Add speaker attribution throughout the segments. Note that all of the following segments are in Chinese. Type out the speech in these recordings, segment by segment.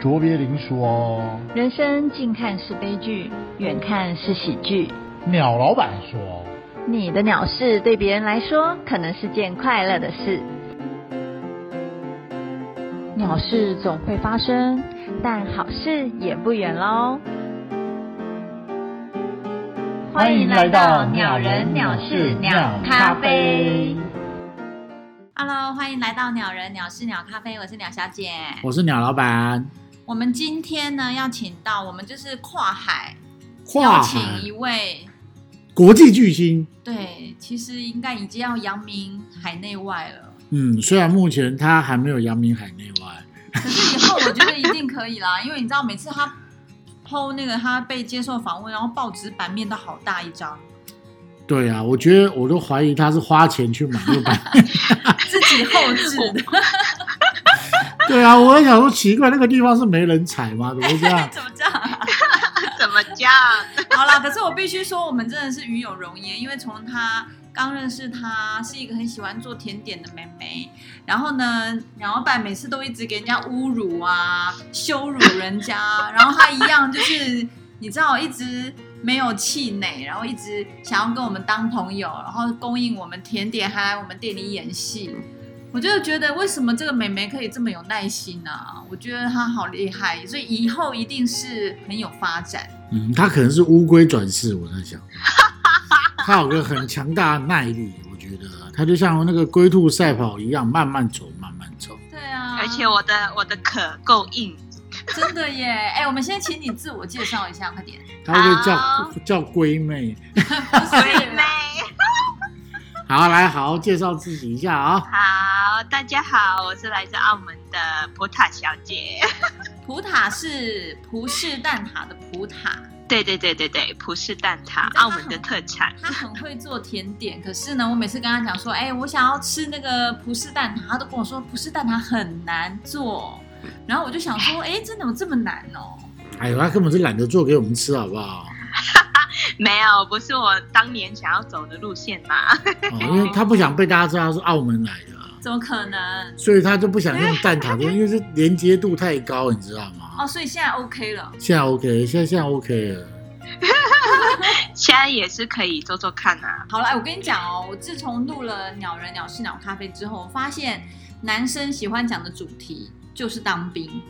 Speaker 1: 卓别林说，
Speaker 2: 人生近看是悲剧，远看是喜剧。
Speaker 1: 鸟老板说，
Speaker 2: 你的鸟事对别人来说可能是件快乐的事，鸟事总会发生，但好事也不远喽。欢迎来到鸟人鸟事鸟咖啡。Hello，欢迎来到鸟人鸟事鸟咖啡，我是鸟小姐。
Speaker 3: 我是鸟老板，
Speaker 2: 我们今天呢要请到我们就是跨海邀
Speaker 3: 跨
Speaker 2: 请
Speaker 3: 海
Speaker 2: 一位，
Speaker 3: 国际巨星。
Speaker 2: 对，其实应该已经要扬名海内外了，
Speaker 3: 嗯，虽然目前他还没有扬名海内外，
Speaker 2: 可是以后我觉得一定可以啦，因为你知道每次他剖那个他被接受访问，然后报纸版面都好大一张，
Speaker 3: 对啊，我觉得我都怀疑他是花钱去买六 百。
Speaker 2: 自己后置的，
Speaker 3: 对啊，我还想说奇怪，那个地方是没人踩吗？怎么会这样？
Speaker 2: 怎么这样啊？
Speaker 4: 怎么讲？
Speaker 2: 好啦，可是我必须说，我们真的是与有荣焉，因为从他刚认识他，是一个很喜欢做甜点的妹妹。然后呢，鸟老板每次都一直给人家侮辱啊，羞辱人家，然后他一样就是你知道，一直没有气馁，然后一直想要跟我们当朋友，然后供应我们甜点，还来我们店里演戏。我就觉得，为什么这个美眉可以这么有耐心呢、我觉得她好厉害，所以以后一定是很有发展。
Speaker 3: 嗯，他可能是乌龟转世，我在想。他有个很强大的耐力，我觉得他就像那个龟兔赛跑一样，慢慢走，慢慢走。
Speaker 2: 对啊，
Speaker 4: 而且我的我的壳够硬，
Speaker 2: 真的耶！哎、我们先请你自我介绍一下，快点。
Speaker 3: 他会叫、
Speaker 4: 好
Speaker 3: 叫龟妹。
Speaker 2: 所
Speaker 4: 对妹。
Speaker 3: 好，来好好介绍自己一下啊、
Speaker 4: 好，大家好，我是来自澳门的葡挞小姐。
Speaker 2: 葡挞是葡式蛋挞的葡挞，
Speaker 4: 对对对对对，葡式蛋挞
Speaker 2: 你知道，它
Speaker 4: 澳门的特产。
Speaker 2: 他很会做甜点。可是呢，我每次跟他讲说，哎、我想要吃那个葡式蛋挞，他都跟我说葡式蛋挞很难做。然后我就想说，哎、真的有这么难哦？
Speaker 3: 哎呦，他根本是懒得做给我们吃，好不 好？
Speaker 4: 没有，不是我当年想要走的路线嘛？
Speaker 3: 哦，因为他不想被大家知道他是澳门来的啊，
Speaker 2: 怎么可能？
Speaker 3: 所以他就不想用蛋 挞，因为是连接度太高，你知道吗？
Speaker 2: 哦，所以现在 OK 了。
Speaker 3: 现在 OK，现在现在 OK 了。
Speaker 4: 现在也是可以做做看啊。
Speaker 2: 好了，哎我跟你讲哦，我自从录了《鸟人鸟事鸟咖啡》之后，我发现男生喜欢讲的主题就是当兵，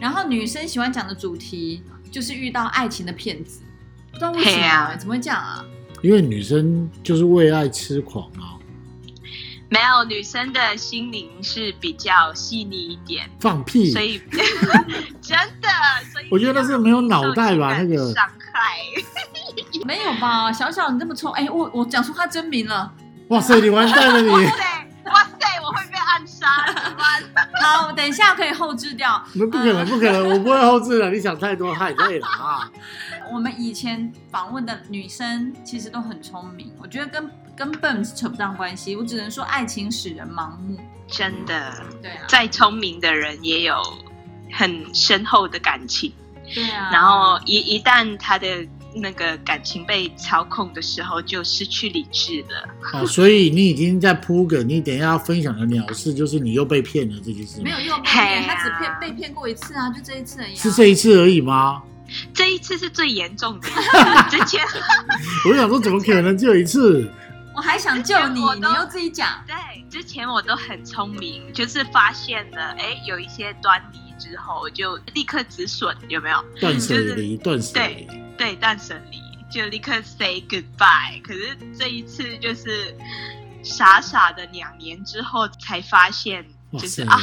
Speaker 2: 然后女生喜欢讲的主题就是遇到爱情的骗子。不知道为什么、
Speaker 4: 嘿啊
Speaker 2: 哎怎么会这样啊？
Speaker 3: 因为女生就是为爱痴狂啊，
Speaker 4: 没有，女生的心灵是比较细腻一点，
Speaker 3: 放屁
Speaker 4: 所！ 以真的，所以
Speaker 3: 嗯我觉得那是没有脑袋吧
Speaker 4: 受
Speaker 3: 那
Speaker 4: 情感
Speaker 3: 个
Speaker 4: 伤害。
Speaker 2: 没有吧，小小你这么臭，哎、我我讲出他真名了。
Speaker 3: 哇塞，你完蛋了
Speaker 4: 哇
Speaker 3: 你！
Speaker 4: 塞，哇塞，我会被暗杀，怎么办？
Speaker 2: 好，等一下可以后置掉。
Speaker 3: 不不可能，不可能，我不会后置的。你想太多，太累了啊！
Speaker 2: 我们以前访问的女生其实都很聪明，我觉得跟跟笨是扯不上关系，我只能说爱情使人盲目。
Speaker 4: 真的，
Speaker 2: 对啊，
Speaker 4: 再聪明的人也有很深厚的感情，
Speaker 2: 对啊。
Speaker 3: 嗯
Speaker 4: 然后一一旦他的那个感情被操控的时候，就失去理智了。
Speaker 3: 哦，所以你已经在铺梗，你等一下要分享的鸟事就是你又被骗了这件事吗
Speaker 2: 没，有用被骗，
Speaker 4: 嘿
Speaker 2: 他
Speaker 4: 啊
Speaker 2: 只骗被骗过一次啊，就这一次而已、啊。
Speaker 3: 是这一次而已吗？
Speaker 4: 这一次是最严重 的，之前
Speaker 3: 我想说，怎么可能只有一次？
Speaker 2: 我还想救你，
Speaker 4: 之前我
Speaker 2: 你
Speaker 4: 都
Speaker 2: 又自己讲。
Speaker 4: 对之前我都很聪明，就是发现了哎有一些端倪之后，我就立刻止损，有没有？
Speaker 3: 断舍离，断舍离。
Speaker 4: 对，断舍离，就立刻 say goodbye。可是这一次就是傻傻的两年之后才发现，
Speaker 3: 哇
Speaker 4: 就
Speaker 3: 塞，
Speaker 4: 是啊，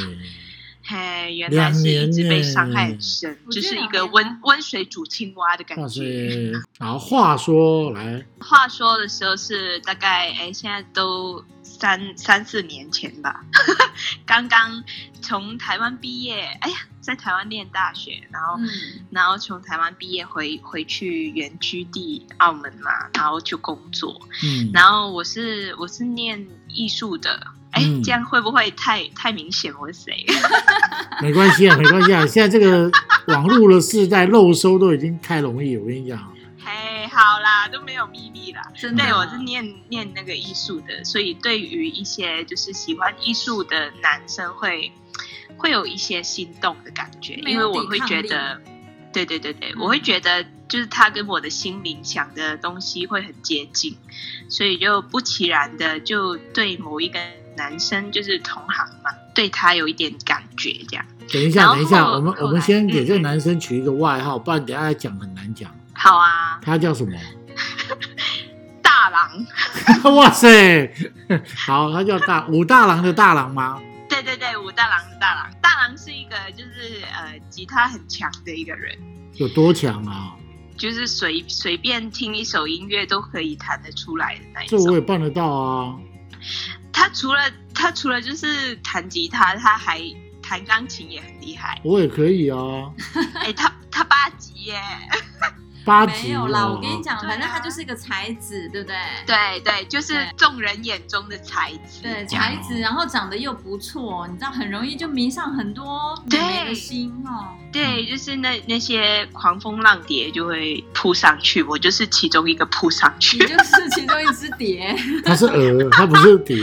Speaker 4: 嘿，原来是一直被伤害很深，
Speaker 2: 两年耶
Speaker 4: 就是一
Speaker 2: 我觉得两
Speaker 4: 个
Speaker 2: 年
Speaker 4: 温温水煮青蛙的感
Speaker 3: 哇塞
Speaker 4: 觉。！
Speaker 3: 然后话说来，
Speaker 4: 话说的时候是大概哎，现在都三三四年前吧， 刚刚从台湾毕业，哎呀，在台湾念大学，然后
Speaker 2: 嗯，
Speaker 4: 然后从台湾毕业回回去原居地澳门嘛，然后就工作。
Speaker 3: 嗯，
Speaker 4: 然后我是我是念艺术的，哎、
Speaker 3: 嗯
Speaker 4: 这样会不会太太明显我是谁？
Speaker 3: 没关系啊，没关系啊。现在这个网络的世代，漏收都已经太容易。我跟你讲，
Speaker 4: 嘿，好啦，都没有秘密啦。
Speaker 2: 真的。
Speaker 4: 对，我是念念那个艺术的，所以对于一些就是喜欢艺术的男生会会有一些心动的感觉，
Speaker 2: 没
Speaker 4: 因为
Speaker 2: 有
Speaker 4: 我会觉
Speaker 2: 抵抗
Speaker 4: 得，对对对对，
Speaker 2: 嗯
Speaker 4: 我会觉得就是他跟我的心灵想的东西会很接近，所以就不其然的就对某一个男生就是同行嘛，对他有一点感觉这样。
Speaker 3: 等一下，
Speaker 4: 然后
Speaker 3: 等一下，我们
Speaker 4: 后来
Speaker 3: 我们先给这个
Speaker 4: 嗯嗯
Speaker 3: 男生取一个外号，不然等一下讲很难讲。
Speaker 4: 好啊，
Speaker 3: 他叫什 么？
Speaker 4: 大郎，
Speaker 3: 哇塞， 好，他叫大武大郎的大郎吗？
Speaker 4: 对对对，武大郎，大郎，大郎是一个就是呃吉他很强的一个人。
Speaker 3: 有多强啊？
Speaker 4: 就是随随便听一首音乐都可以弹得出来的那一
Speaker 3: 这我
Speaker 4: 种。
Speaker 3: 也办得到啊！。
Speaker 4: 他除了他除了就是弹吉他，他还弹钢琴也很厉害
Speaker 3: 我也可以啊，
Speaker 4: 哎、他他八级耶！
Speaker 3: 八级、哦、
Speaker 2: 没有啦，我跟你，讲，
Speaker 4: 对啊
Speaker 2: 反正他就是一个才子，对不对？
Speaker 4: 对对，就是
Speaker 2: 对
Speaker 4: 众人眼中的才子。
Speaker 2: 对，
Speaker 4: 这样
Speaker 2: 才子，然后长得又不错，你知道，很容易就迷上很多美眉的心哦。
Speaker 4: 对，就是那那些狂风浪蝶就会扑上去，我就是其中一个扑上去
Speaker 2: 你。就是其中一只蝶，
Speaker 3: 他是鹅，他不是 蝶，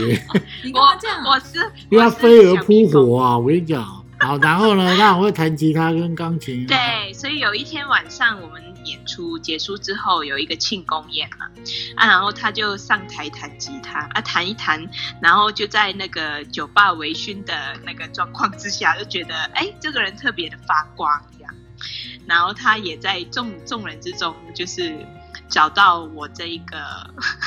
Speaker 2: 你干
Speaker 4: 我
Speaker 2: 嘛这样？
Speaker 4: 我是
Speaker 3: 因为他
Speaker 4: 我是
Speaker 3: 嗯飞蛾
Speaker 4: 小
Speaker 3: 扑
Speaker 4: 蜜蜂
Speaker 3: 火啊！我跟你讲，好，然后呢，他很会弹吉他跟钢琴、啊，
Speaker 4: 对，所以有一天晚上我们演出结束之后，有一个庆功宴嘛，啊，然后他就上台弹吉他，啊，弹一弹，然后就在那个酒吧微醺的那个状况之下，就觉得哎，这个人特别的发光这样，然后他也在众众人之中，就是找到我这一个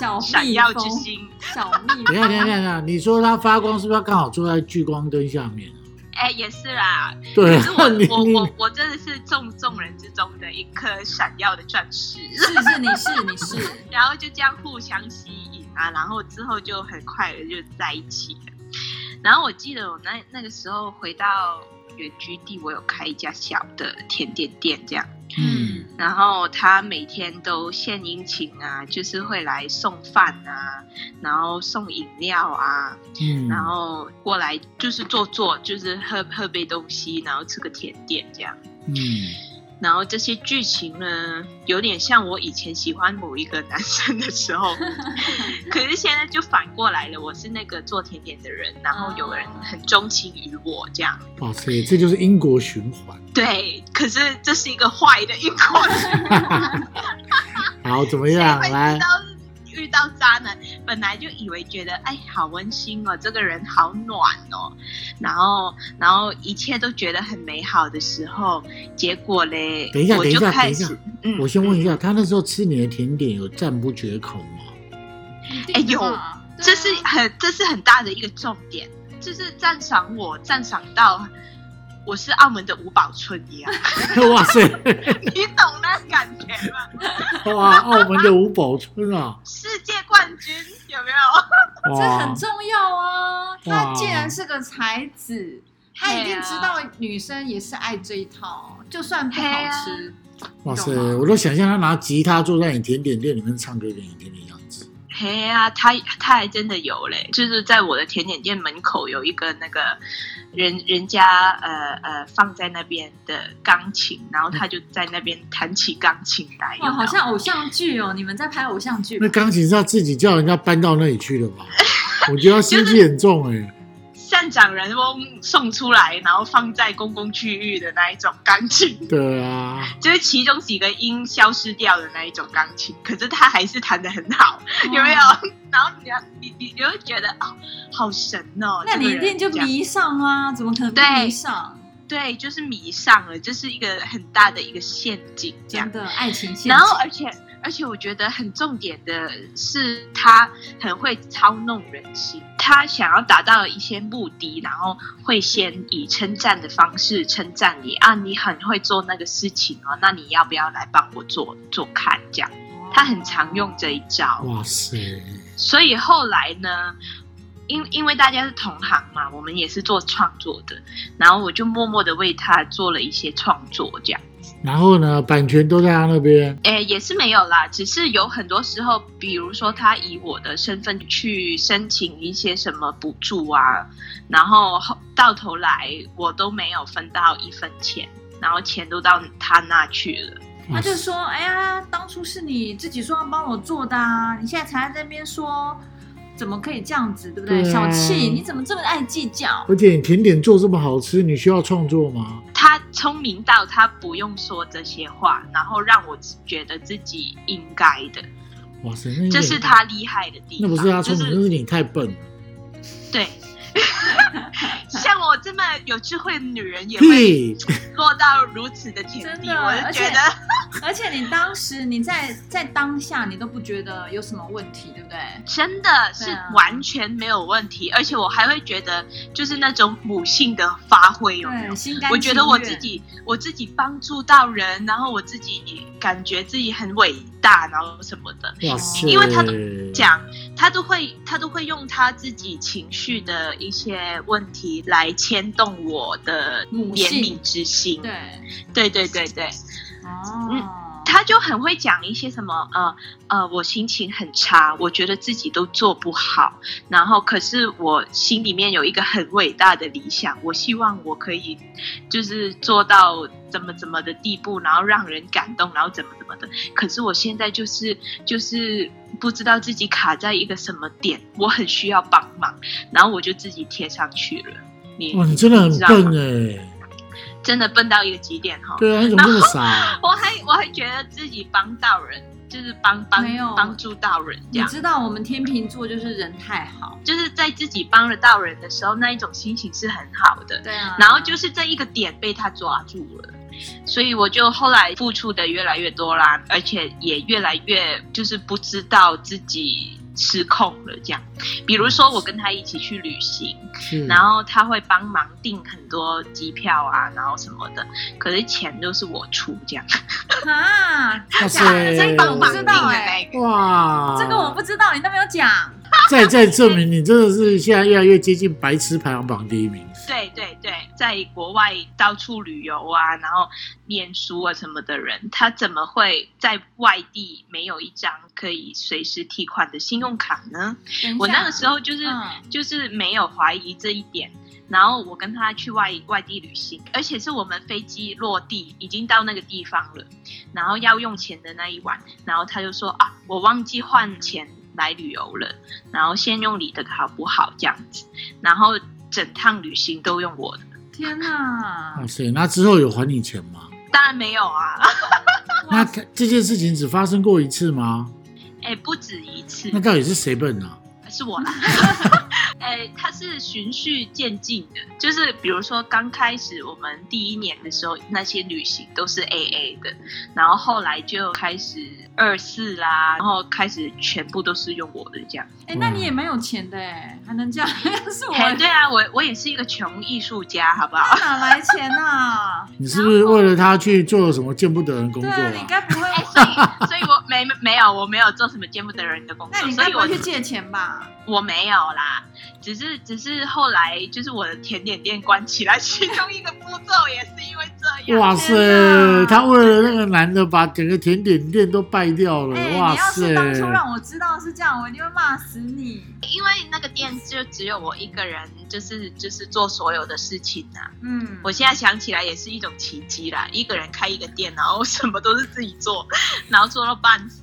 Speaker 2: 小
Speaker 4: 闪
Speaker 2: 蜜
Speaker 4: 耀之
Speaker 2: 蜂，
Speaker 4: 星，
Speaker 2: 小蜜
Speaker 3: 等一下，等一下，
Speaker 2: 蜂，
Speaker 3: 等一下，你说他发光是不是要刚好坐在聚光灯下面？啊
Speaker 4: 哎，也是啦，
Speaker 3: 对
Speaker 4: 可是
Speaker 3: 啊，你
Speaker 4: 我我
Speaker 3: 你
Speaker 4: 我我真的是众众人之中的一颗闪耀的钻石。
Speaker 2: 是是，你是你是，
Speaker 4: 然后就这样互相吸引啊，然后之后就很快的就在一起了。然后我记得我那那个时候回到原居地，我有开一家小的甜点店这样，
Speaker 3: 嗯，
Speaker 4: 然后他每天都献殷勤啊，就是会来送饭啊，然后送饮料啊，
Speaker 3: 嗯，
Speaker 4: 然后过来就是坐坐，就是喝喝杯东西，然后吃个甜点这样。
Speaker 3: 嗯，
Speaker 4: 然后这些剧情呢，有点像我以前喜欢某一个男生的 时候，可是现在就反过来了，我是那个做甜点的人，然后有人很钟情于我这样。
Speaker 3: 哇塞，这就是因果循环。
Speaker 4: 对，可是这是一个坏的因果，
Speaker 3: 好，怎么
Speaker 4: 谁
Speaker 3: 样？
Speaker 4: 会
Speaker 3: 来
Speaker 4: 知，道遇到渣男？本来就以为觉得哎好温馨哦，这个人好暖哦，然后然后一切都觉得很美好的时候，结果嘞，
Speaker 3: 等一下
Speaker 4: 我
Speaker 3: 等一
Speaker 4: 就
Speaker 3: 下
Speaker 4: 开
Speaker 3: 等
Speaker 4: 始
Speaker 3: 一，
Speaker 4: 嗯
Speaker 3: 我先问一
Speaker 4: 下。
Speaker 3: 下，他那时候吃你的甜点有赞不绝口吗？
Speaker 2: 嗯一定
Speaker 4: 哎有
Speaker 2: 的嘛对啊
Speaker 4: 这是很这是很大的一个重点，就是赞赏我，赞赏到我是澳门的五宝村一样，
Speaker 3: 哇塞，
Speaker 4: 你懂那感觉吗？
Speaker 3: 哇，澳门的五宝村啊，
Speaker 4: 世界冠军有没有？
Speaker 2: 这
Speaker 3: 哇
Speaker 4: 哦
Speaker 2: 很，重要啊！
Speaker 3: 哇
Speaker 2: 他既然是个才子，他一定知道女生也是爱这一套，就算不好吃。
Speaker 3: 哇塞
Speaker 2: 你懂，吗
Speaker 3: 我都想象他拿吉他坐在你甜点店里面唱歌给你听的样子。
Speaker 4: 嘿呀、啊，他他还真的有嘞，就是在我的甜点店门口有一个那个人人家呃呃放在那边的钢琴，然后他就在那边弹起钢琴来，有
Speaker 2: 哇，好
Speaker 4: 没有？
Speaker 2: 像偶像剧哦！你们在拍偶像 剧吧
Speaker 3: 那？钢琴是要自己叫人家搬到那里去的吧？我觉得他心机很重哎、
Speaker 4: 擅长人翁送出来，然后放在公共区域的那一种钢琴。
Speaker 3: 对啊，
Speaker 4: 就是其中几个音消失掉的那一种钢琴，可是他还是弹得很好，
Speaker 2: 嗯
Speaker 4: 有没有？ 然后你要你你你就会觉得哦，好神哦！
Speaker 2: 那你
Speaker 4: 这
Speaker 2: 一
Speaker 4: 个
Speaker 2: 定
Speaker 4: 人
Speaker 2: 就
Speaker 4: 这样
Speaker 2: 迷上啊！怎么可能不
Speaker 4: 对
Speaker 2: 迷上？
Speaker 4: 对，就是迷上了，这是一个很大的一个陷阱，这样
Speaker 2: 真。的爱情陷阱
Speaker 4: 然后而且而且我觉得很重点的是，他很会操弄人心，他想要达到一些目的，然后会先以称赞的方式称赞你啊，你很会做那个事情哦，那你要不要来帮我做做看这样？他很
Speaker 2: 哦
Speaker 4: 常用这一招，
Speaker 3: 哇塞，
Speaker 4: 所以后来呢，因因为大家是同行嘛，我们也是做创作的，然后我就默默的为他做了一些创作，这样，
Speaker 3: 然后呢，版权都在他那边，
Speaker 4: 诶，也是没有啦，只是有很多时候，比如说他以我的身份去申请一些什么补助啊，然后后到头来我都没有分到一分钱，然后钱都到他那去了。
Speaker 2: 他
Speaker 3: 哇
Speaker 2: 就
Speaker 4: 嗯
Speaker 3: 塞
Speaker 2: 说：“哎呀，当初是你自己说要帮我做的啊，你现在才在那边说怎么可以这样子，对不对？
Speaker 3: 对啊
Speaker 2: 小气，你怎么这么爱计较？
Speaker 3: 而且你甜点做这么好吃，你需要创作吗？
Speaker 4: 他聪明到他不用说这些话，然后让我觉得自己应该的，
Speaker 3: 哇塞，那有点
Speaker 4: 这是他厉害的地
Speaker 3: 嗯那
Speaker 4: 方。
Speaker 3: 不是他聪
Speaker 4: 就
Speaker 3: 明，嗯那是你太笨了。
Speaker 4: 对。像我这么有智慧的女人也会
Speaker 3: 屁！
Speaker 4: 落到如此的田
Speaker 2: 真
Speaker 4: 地，
Speaker 2: 的
Speaker 4: 我就
Speaker 2: 而且
Speaker 4: 觉得
Speaker 2: 而且你当时你在在当下，你都不觉得有什么问题，对不对？
Speaker 4: 真的是
Speaker 2: 对啊
Speaker 4: 完全没有问题，而且我还会觉得就是那种母性的发挥有没有
Speaker 2: 对，？心甘
Speaker 4: 我觉得我
Speaker 2: 情
Speaker 4: 自
Speaker 2: 愿
Speaker 4: 己我自己帮助到人，然后我自己感觉自己很伟大，然后什么的。
Speaker 3: 哇塞，
Speaker 4: 因为他讲他都会他都会用他自己情绪的一些问题来牵动我的
Speaker 2: 母
Speaker 4: 怜
Speaker 2: 性
Speaker 4: 悯之心。
Speaker 2: 对
Speaker 4: 对对对对，
Speaker 2: 哦，
Speaker 4: 嗯他就很会讲一些什么呃呃，我心情很差，我觉得自己都做不好，然后可是我心里面有一个很伟大的理想，我希望我可以就是做到怎么怎么的地步，然后让人感动，然后怎么怎么的。可是我现在就是就是不知道自己卡在一个什么点，我很需要帮忙，然后我就自己贴上去了。你
Speaker 3: 哇，你真的很
Speaker 4: 知道吗
Speaker 3: 笨哎。
Speaker 4: 真的笨到一个极点哈、
Speaker 3: 对啊，你怎么这么傻？
Speaker 4: 我还我还觉得自己帮到人，就是帮帮
Speaker 2: 没有
Speaker 4: 帮助到人这
Speaker 2: 你
Speaker 4: 样，
Speaker 2: 知道我们天秤座就是人太好，
Speaker 4: 就是在自己帮得到人的时候，那一种心情是很好的。
Speaker 2: 对啊，
Speaker 4: 然后就是这一个点被他抓住了，所以我就后来付出的越来越多啦，而且也越来越就是不知道自己失控了这样。比如说我跟他一起去旅行，
Speaker 3: 是，
Speaker 4: 然后他会帮忙订很多机票啊，然后什么的，可是钱都是我出这样。
Speaker 2: 啊，
Speaker 3: 哇
Speaker 2: 假的
Speaker 3: 塞，
Speaker 2: 这个我不知道
Speaker 4: 订的
Speaker 2: 哎、
Speaker 4: 那一个
Speaker 3: 哇，
Speaker 2: 这个我不知道，你都没有讲。
Speaker 3: 再再证明你真的是现在越来越接近白痴排行榜第一名。
Speaker 4: 对对对，在国外到处旅游啊，然后念书啊什么的人，他怎么会在外地没有一张可以随时提款的信用卡呢？
Speaker 2: 等一
Speaker 4: 我
Speaker 2: 下
Speaker 4: 那个时候就是、
Speaker 2: 嗯
Speaker 4: 就是没有怀疑这一点。然后我跟他去外外地旅行，而且是我们飞机落地已经到那个地方了，然后要用钱的那一晚，然后他就说啊，我忘记换钱来旅游了，然后先用你的好不好这样子，然后整趟旅行都用我的，
Speaker 2: 天哪
Speaker 3: 哇，塞，那之后有还你钱吗？
Speaker 4: 当然没有啊，
Speaker 3: 那他这件事情只发生过一次吗？
Speaker 2: 嗯
Speaker 4: 哎，不止一次
Speaker 3: 那，到底是谁笨啊？
Speaker 4: 是我啦。哎，它是循序渐进的，就是比如说刚开始我们第一年的时候，那些旅行都是 A A 的，然后后来就开始二四啦，然后开始全部都是用我的这样。
Speaker 2: 哎、
Speaker 3: 嗯
Speaker 2: 那你也蛮有钱的哎、还能这样？要 是我
Speaker 4: 哎，对啊，我我也是一个穷艺术家，好 不好？
Speaker 2: 哪来钱啊？
Speaker 3: 你是不是为了他去做了什么见不得人工
Speaker 2: 对
Speaker 3: 作
Speaker 2: 啊，你
Speaker 3: 啊？
Speaker 2: 该不会，
Speaker 4: 哎，所以所以我没没有我没有做什么见不得人的工
Speaker 2: 那
Speaker 4: 作，
Speaker 2: 你
Speaker 4: 所
Speaker 2: 该
Speaker 4: 以
Speaker 2: 不
Speaker 4: 我
Speaker 2: 会去借钱吧？
Speaker 4: 我没有啦，只是只是后来就是我的甜点店关起来，其中一个步骤也是因为这样。
Speaker 3: 哇
Speaker 2: 天
Speaker 3: 塞，
Speaker 2: 哪
Speaker 3: 他为了那个男的把整个甜点店都败掉了，
Speaker 2: 哎、
Speaker 3: 哇
Speaker 2: 你要
Speaker 3: 塞
Speaker 2: 是！当初让我知道是这样，我一定会骂死你。
Speaker 4: 因为那个店就只有我一个人，就是就是做所有的事情啊。
Speaker 2: 嗯，
Speaker 4: 我现在想起来也是一种奇迹啦，一个人开一个店，然后什么都是自己做， 然后做到半死。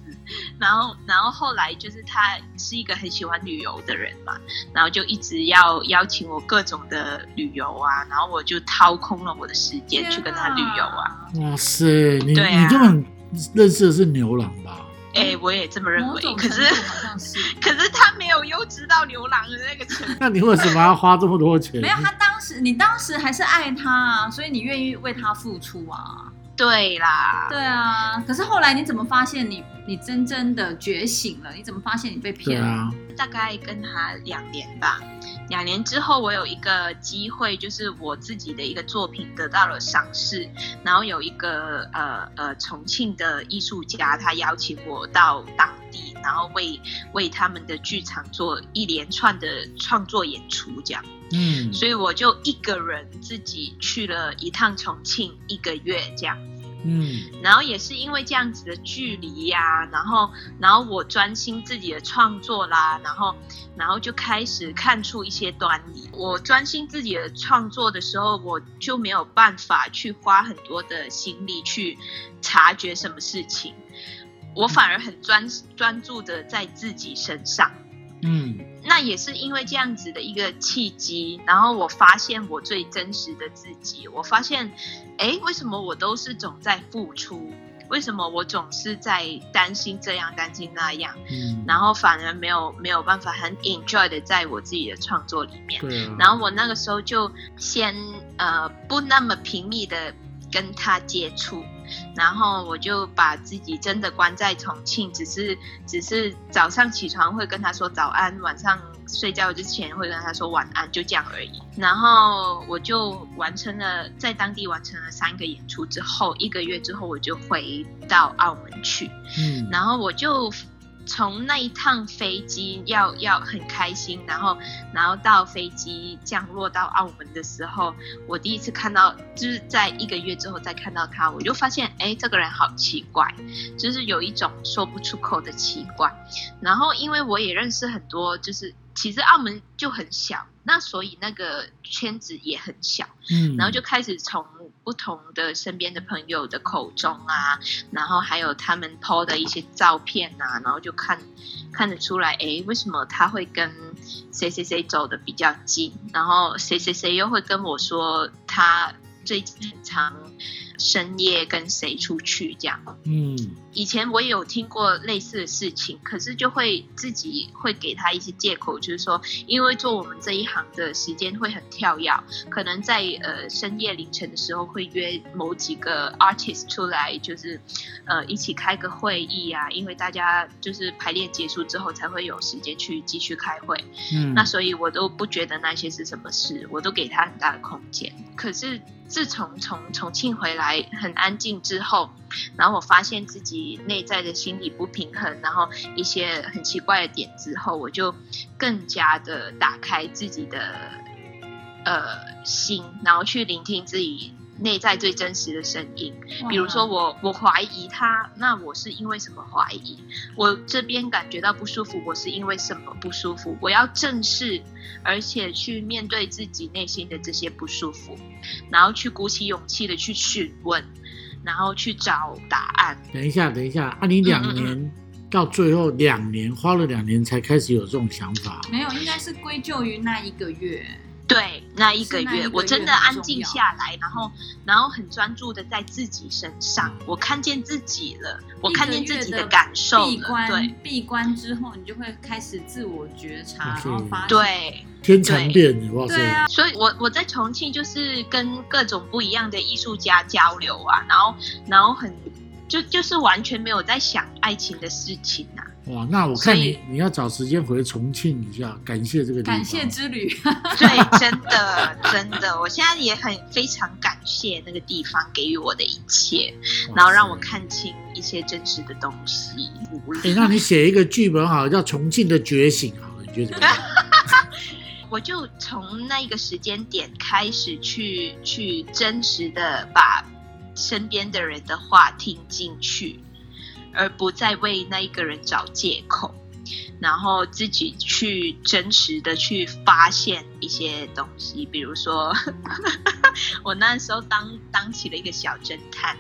Speaker 4: 然后，然后后来就是他是一个很喜欢旅游的人嘛，然后就一直要邀请我各种的旅游啊，然后我就掏空了我的时间去跟他旅游啊。
Speaker 3: 哇塞，你
Speaker 4: 对啊
Speaker 3: 你根本认识的是牛郎吧？
Speaker 4: 哎、我也这么认
Speaker 2: 嗯啊某
Speaker 4: 为。
Speaker 2: 种
Speaker 4: 可
Speaker 2: 程
Speaker 4: 是，
Speaker 2: 度好像 是。
Speaker 4: 可是他没有优质到牛郎的那个 程度。
Speaker 3: 那你为什么要花这么多钱？
Speaker 2: 没有，他当时你当时还是爱他啊，所以你愿意为他付出啊。
Speaker 4: 对啦，
Speaker 2: 对啊，可是后来你怎么发现你你真正的觉醒了？你怎么发现你被
Speaker 3: 对
Speaker 2: 骗了？
Speaker 3: 啊，
Speaker 4: 大概跟他两年吧。两年之后，我有一个机会，就是我自己的一个作品得到了赏识，然后有一个呃呃重庆的艺术家，他邀请我到当地，然后为为他们的剧场做一连串的创作演出，这样。
Speaker 3: 嗯，
Speaker 4: 所以我就一个人自己去了一趟重庆，一个月这样。
Speaker 3: 嗯，
Speaker 4: 然后也是因为这样子的距离呀、然后然后我专心自己的创作啦，然后然后就开始看出一些端倪。我专心自己的创作的时候，我就没有办法去花很多的心力去察觉什么事情，我反而很专专注的在自己身上。
Speaker 3: 嗯，
Speaker 4: 那也是因为这样子的一个契机，然后我发现我最真实的自己。我发现，哎，为什么我都是总在付出？为什么我总是在担心这样、担心那样？
Speaker 3: 嗯，
Speaker 4: 然后反而没有没有办法很 enjoy 的在我自己的创作里面。
Speaker 3: 对啊，
Speaker 4: 然后我那个时候就先呃不那么频密的跟他接触，然后我就把自己真的关在重庆，只是只是早上起床会跟他说早安，晚上睡觉之前会跟他说晚安，就这样而已。然后我就完成了在当地完成了三个演出之后，一个月之后我就回到澳门去。
Speaker 3: 嗯，
Speaker 4: 然后我就从那一趟飞机要要很开心，然后然后到飞机降落到澳门的时候，我第一次看到，就是在一个月之后再看到他，我就发现，哎，这个人好奇怪，就是有一种说不出口的奇怪。然后因为我也认识很多，就是其实澳门就很小，那所以那个圈子也很小。
Speaker 3: 嗯，
Speaker 4: 然后就开始从不同的身边的朋友的口中啊，然后还有他们 PO 的一些照片啊，然后就看看得出来，诶，为什么他会跟谁谁谁走的比较近，然后谁谁谁又会跟我说他最近很常深夜跟谁出去这样。
Speaker 3: 嗯，
Speaker 4: 以前我也有听过类似的事情，可是就会自己会给他一些借口，就是说，因为做我们这一行的时间会很跳跃，可能在呃深夜凌晨的时候会约某几个 artist 出来，就是呃一起开个会议啊，因为大家就是排练结束之后才会有时间去继续开会。
Speaker 3: 嗯，
Speaker 4: 那所以我都不觉得那些是什么事，我都给他很大的空间。可是自从从重庆回来很安静之后，然后我发现自己内在的心理不平衡，然后一些很奇怪的点之后，我就更加的打开自己的呃心，然后去聆听自己内在最真实的声音。比如
Speaker 2: 嗯
Speaker 4: 说我我怀疑他，那我是因为什么怀疑？我这边感觉到不舒服，我是因为什么不舒服？我要正视，而且去面对自己内心的这些不舒服，然后去鼓起勇气的去询问，然后去找答案。
Speaker 3: 等一下，等一下，啊，你两
Speaker 4: 嗯嗯嗯
Speaker 3: 年、到最后两年花了两年才开始有这种想法，
Speaker 2: 没有，应该是归咎于那一个月。
Speaker 4: 对，那一个
Speaker 2: 是那一
Speaker 4: 月
Speaker 2: 个月
Speaker 4: 我真的
Speaker 2: 很重
Speaker 4: 安静
Speaker 2: 要
Speaker 4: 下来，然后然后很专注的在自己身上，我看见自己了，我
Speaker 2: 一个
Speaker 4: 看见自己
Speaker 2: 月
Speaker 4: 的
Speaker 2: 的
Speaker 4: 感受
Speaker 2: 闭
Speaker 4: 了，对
Speaker 2: 关，闭关之后，你就会开始自我觉
Speaker 3: 嗯
Speaker 2: 察，然后发现
Speaker 4: 对。
Speaker 3: 天蚕变，你哇塞，
Speaker 2: 对啊
Speaker 4: 所以我我在重庆就是跟各种不一样的艺术家交流啊，然后然后很就就是完全没有在想爱情的事情啊，
Speaker 3: 哇，那我看
Speaker 4: 所
Speaker 3: 你你要找时间回重庆一下，感谢这个地方，
Speaker 2: 感谢之旅。
Speaker 4: 对，真的真的，我现在也很非常感谢那个地方给予我的一切，
Speaker 3: 哇塞
Speaker 4: 然后让我。看清一些真实的东西。
Speaker 3: 哎、那你写一个剧本好了，叫《重庆的觉醒》好了，你 觉得怎么样？
Speaker 4: 我就从那一个时间点开始去去真实的把身边的人的话听进去，而不再为那一个人找借口，然后自己去真实的去发现一些东西，比如说， 我那时候当当起了一个小侦探，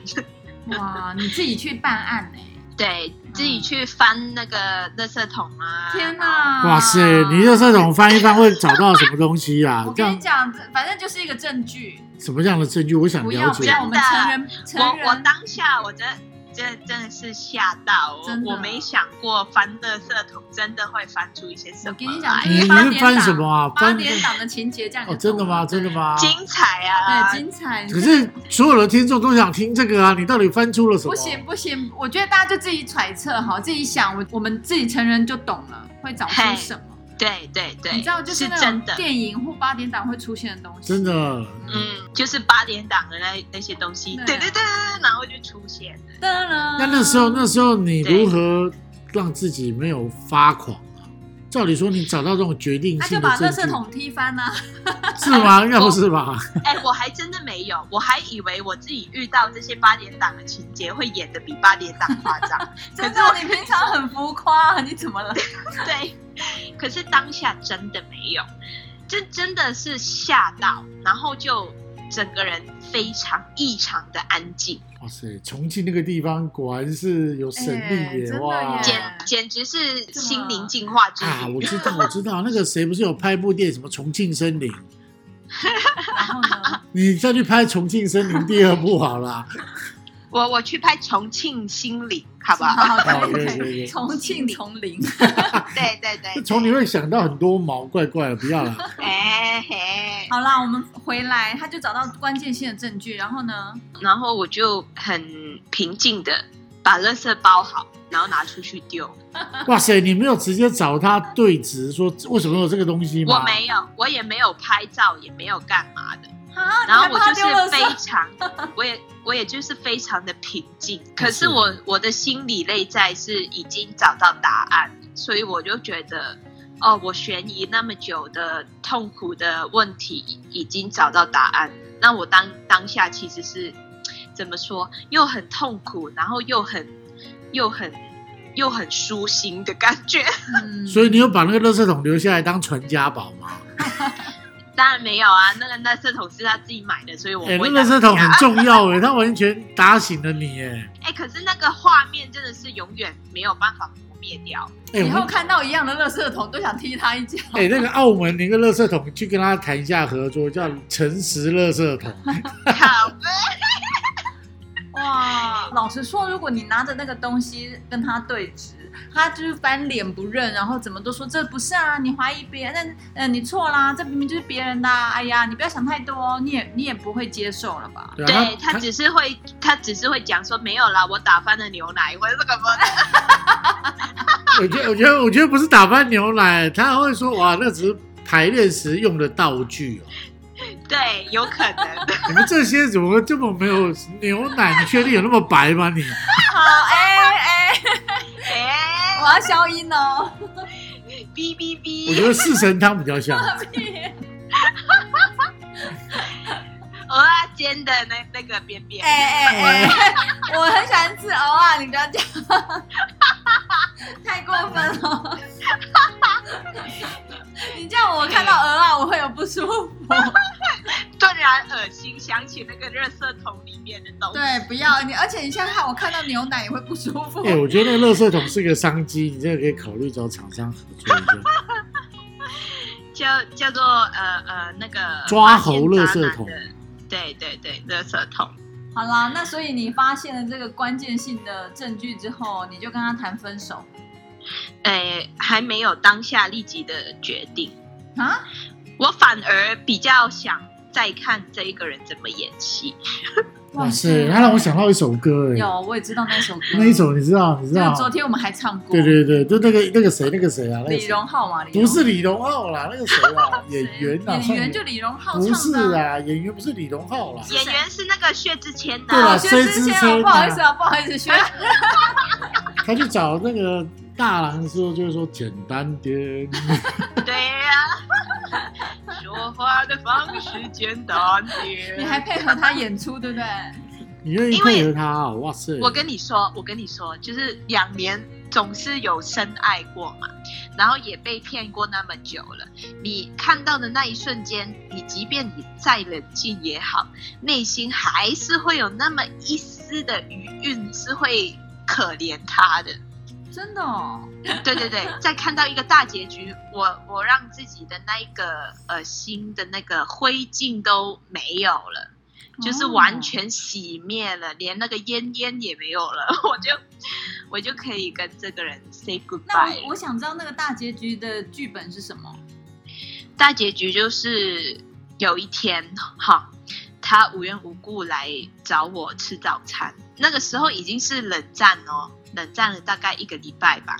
Speaker 2: 哇，你自己去办案 哎！
Speaker 4: 对自己去翻那个垃圾桶啊，
Speaker 2: 天哪！
Speaker 3: 哇塞，你这这种翻一翻会找到什么东西啊
Speaker 2: 我？
Speaker 3: 这
Speaker 2: 跟你
Speaker 3: 样
Speaker 2: 讲，反正就是一个证据，
Speaker 3: 什么样的证据？我想
Speaker 2: 不
Speaker 3: 了
Speaker 2: 要不
Speaker 3: 解。
Speaker 2: 要，我们成人成人
Speaker 4: 我我当下我真的真真的是吓到，
Speaker 2: 真的
Speaker 4: 我我没想过翻垃圾桶真的会翻出一些什么
Speaker 2: 我
Speaker 4: 来。
Speaker 2: 跟你讲，
Speaker 3: 你
Speaker 2: 就是
Speaker 3: 你
Speaker 2: 八
Speaker 3: 会
Speaker 2: 点
Speaker 3: 翻
Speaker 2: 档
Speaker 3: 什么啊
Speaker 2: 八
Speaker 3: 翻
Speaker 2: 点档的情节这样
Speaker 3: 哦，真的吗？真的？吗？
Speaker 4: 精彩啊！
Speaker 2: 对，精彩。
Speaker 3: 可是所有的听众都想听这个啊，你到底翻出了什么？
Speaker 2: 不行不行，我觉得大家就自己揣测哈，自己想，我我们自己成人就懂了，会找出
Speaker 4: 嘿
Speaker 2: 什么。
Speaker 4: 对对对，
Speaker 2: 你知道，就是那
Speaker 4: 真
Speaker 2: 种
Speaker 4: 的。
Speaker 2: 电影或八点档会出现的东西。
Speaker 3: 真的，
Speaker 4: 嗯，就是八点档的那那些东西，
Speaker 2: 对
Speaker 4: 对
Speaker 2: 啊
Speaker 4: 对对，然后就出现 了。
Speaker 2: 噔噔。
Speaker 3: 那那时候，那时候你
Speaker 4: 对
Speaker 3: 如何让自己没有发狂啊？照理说，你找到这种决定
Speaker 2: 他就
Speaker 3: 性的
Speaker 2: 把
Speaker 3: 证
Speaker 2: 垃
Speaker 3: 据，
Speaker 2: 圾桶踢翻啊了、
Speaker 3: 是吗？应该不是吧？
Speaker 4: 哎，我还真的没有，我还以为我自己遇到这些八点档的情节会演的比八点档夸张，可
Speaker 2: 真
Speaker 4: 是
Speaker 2: 的
Speaker 4: 我，
Speaker 2: 你平常很浮夸，你怎么了？
Speaker 4: 对，可是当下真的没有，这真的是吓到，然后就整个人非常异常的安静，
Speaker 3: 哇塞，重庆那个地方果然是有神
Speaker 2: 哎
Speaker 3: 力耶！
Speaker 2: 真的
Speaker 3: 哇
Speaker 2: 耶
Speaker 4: 简简直是心灵净化之
Speaker 3: 啊，
Speaker 4: 旅。
Speaker 3: 我知道，我知道，那个谁不是有拍部电影什么《重庆森林》？
Speaker 2: 然后呢，
Speaker 3: 你再去拍《重庆森林》第二部好 了。
Speaker 4: 我我去拍重庆心灵，好不好？
Speaker 3: 好
Speaker 2: 好哦对
Speaker 3: 可以可以可以
Speaker 2: 重庆丛 林，
Speaker 4: 对对对，
Speaker 3: 从你会想到很多毛怪怪的，不要啦。
Speaker 4: 哎嘿。
Speaker 2: 好啦，我们回来，他就找到关键性的证据，然后呢，
Speaker 4: 然后我就很平静的把垃圾包好，然后拿出去丢。
Speaker 3: 哇塞，你没有直接找他对质说为什么有这个东西吗？
Speaker 4: 我没有，我也没有拍照，也没有干嘛的。
Speaker 2: 啊，
Speaker 4: 然后
Speaker 2: 你
Speaker 4: 我
Speaker 2: 还怕
Speaker 4: 就
Speaker 2: 丢垃圾
Speaker 4: 是非 常， 我也我也就是非常的平静。
Speaker 3: 嗯
Speaker 4: 可是我我的心理内在是已经找到答案，所以我就觉得，哦，我悬疑那么久的痛苦的问题已经找到答案。那我当当下其实是怎么说，又很痛苦，然后又很又很又很舒心的感 觉。
Speaker 2: 嗯，
Speaker 3: 所以你有把那个垃圾桶留下来当传家宝吗？
Speaker 4: 当然没有啊，那个垃圾桶是他自己买的，所以我
Speaker 3: 哎、
Speaker 4: 不会
Speaker 3: 那垃
Speaker 4: 拿
Speaker 3: 圾
Speaker 4: 回
Speaker 3: 桶
Speaker 4: 家
Speaker 3: 很重要 哎、它完全打醒了你 哎、
Speaker 4: 哎、可是那个画面真的是永远没有办法磨灭掉。
Speaker 3: 哎、
Speaker 2: 以
Speaker 3: 我
Speaker 2: 后
Speaker 3: 们
Speaker 2: 看到一样的垃圾桶都想踢他一脚。
Speaker 3: 哎、那个澳门那个垃圾桶，去跟他谈一下合作，叫诚实垃圾 桶。
Speaker 4: 好吧，
Speaker 2: 哇，老实说，如果你拿着那个东西跟他对峙，他就是翻脸不认，然后怎么都说这不是啊，你怀疑别人，但呃你错啦，这明明就是别人的啊、哎呀，你不要想太多，你也你也不会接受了吧？
Speaker 3: 对啊
Speaker 4: 对他只是会，他只是会讲说没有啦，我打翻了牛奶或者什么的。
Speaker 3: 我觉得，我觉得，我觉得不是打翻牛奶，他会说哇，那只是排练时用的道 具哦。
Speaker 4: 对，有可能。
Speaker 3: 你们这些怎么这么没有牛奶？你确定有那么白吗？你
Speaker 2: 好，哎哎，
Speaker 4: 哎、
Speaker 2: 我要消音哦。
Speaker 4: 哔哔
Speaker 3: 我觉
Speaker 4: 哔，
Speaker 3: 得四神汤比较像。
Speaker 4: 鹅啊煎的那那个边边。
Speaker 2: 哎哎哎，我很喜欢吃鹅啊，你不要讲，太过分了。你这样我看到鹅啊，我会有不舒服。
Speaker 4: 突然恶心，想起那个垃圾桶里面的东西。
Speaker 2: 对，不要你，而且你现在看我看到牛奶也会不舒 服。
Speaker 3: 哎、我觉得那个垃圾桶是个商机，你这个可以考虑找厂商合作一 下。
Speaker 4: 叫叫做呃呃那个
Speaker 3: 抓猴垃圾
Speaker 4: 发现渣男
Speaker 3: 桶
Speaker 4: 的。对对对，垃圾桶。
Speaker 2: 好啦，那所以你发现了这个关键性的证据之后，你就跟他谈分手
Speaker 4: 哎，还没有当下立即的决定。
Speaker 2: 啊？
Speaker 4: 我反而比较想再看这一个人怎么演戏。
Speaker 3: 哇塞，
Speaker 4: 啊
Speaker 3: 他让我想到一首歌哎、
Speaker 2: 啊有，我也知道那首歌，
Speaker 3: 那一首你知道？你知
Speaker 2: 就
Speaker 3: 道？
Speaker 2: 昨天我们还唱过，
Speaker 3: 对对对，就那个那个谁那个谁啊，那个
Speaker 2: 李
Speaker 3: 谁
Speaker 2: 荣浩嘛，李荣
Speaker 3: 不是李荣浩啦，那个谁 啊，演员啊，
Speaker 2: 演员就李荣浩
Speaker 3: 不
Speaker 2: 唱
Speaker 3: 是
Speaker 2: 的啊。
Speaker 3: 啊，演员不是李荣浩啦，
Speaker 4: 演员是那个薛之谦
Speaker 3: 对
Speaker 4: 呐、
Speaker 3: 啊
Speaker 2: 哦，薛之谦
Speaker 3: 薛之谦啊
Speaker 2: 哦，不好意思啊，不好意思，薛，
Speaker 3: 他去找那个大郎的时候，就是说简单点，
Speaker 2: 啊
Speaker 4: 对呀、 说话的方式简单
Speaker 2: 你还
Speaker 4: 点。
Speaker 2: 配合他演出，对不对？
Speaker 3: 你愿意配合他啊、哇塞！
Speaker 4: 我跟你说，我跟你说，就是两年总是有深爱过嘛，然后也被骗过那么久了。你看到的那一瞬间，你即便你再冷静也好，内心还是会有那么一丝的余韵，是会可怜他的。
Speaker 2: 真的哦，
Speaker 4: 对对对，在看到一个大结局，我我让自己的那一个呃心的那个灰烬都没有了，就是
Speaker 2: 哦
Speaker 4: 完全熄灭了，连那个烟烟也没有了， 我就我就可以跟这个人 say
Speaker 2: 那
Speaker 4: goodbye
Speaker 2: 我
Speaker 4: 了。
Speaker 2: 我想知道那个大结局的剧本是什么？
Speaker 4: 大结局就是有一天哈，他无缘无故来找我吃早餐，那个时候已经是冷战哦，冷战了大概一个礼拜吧。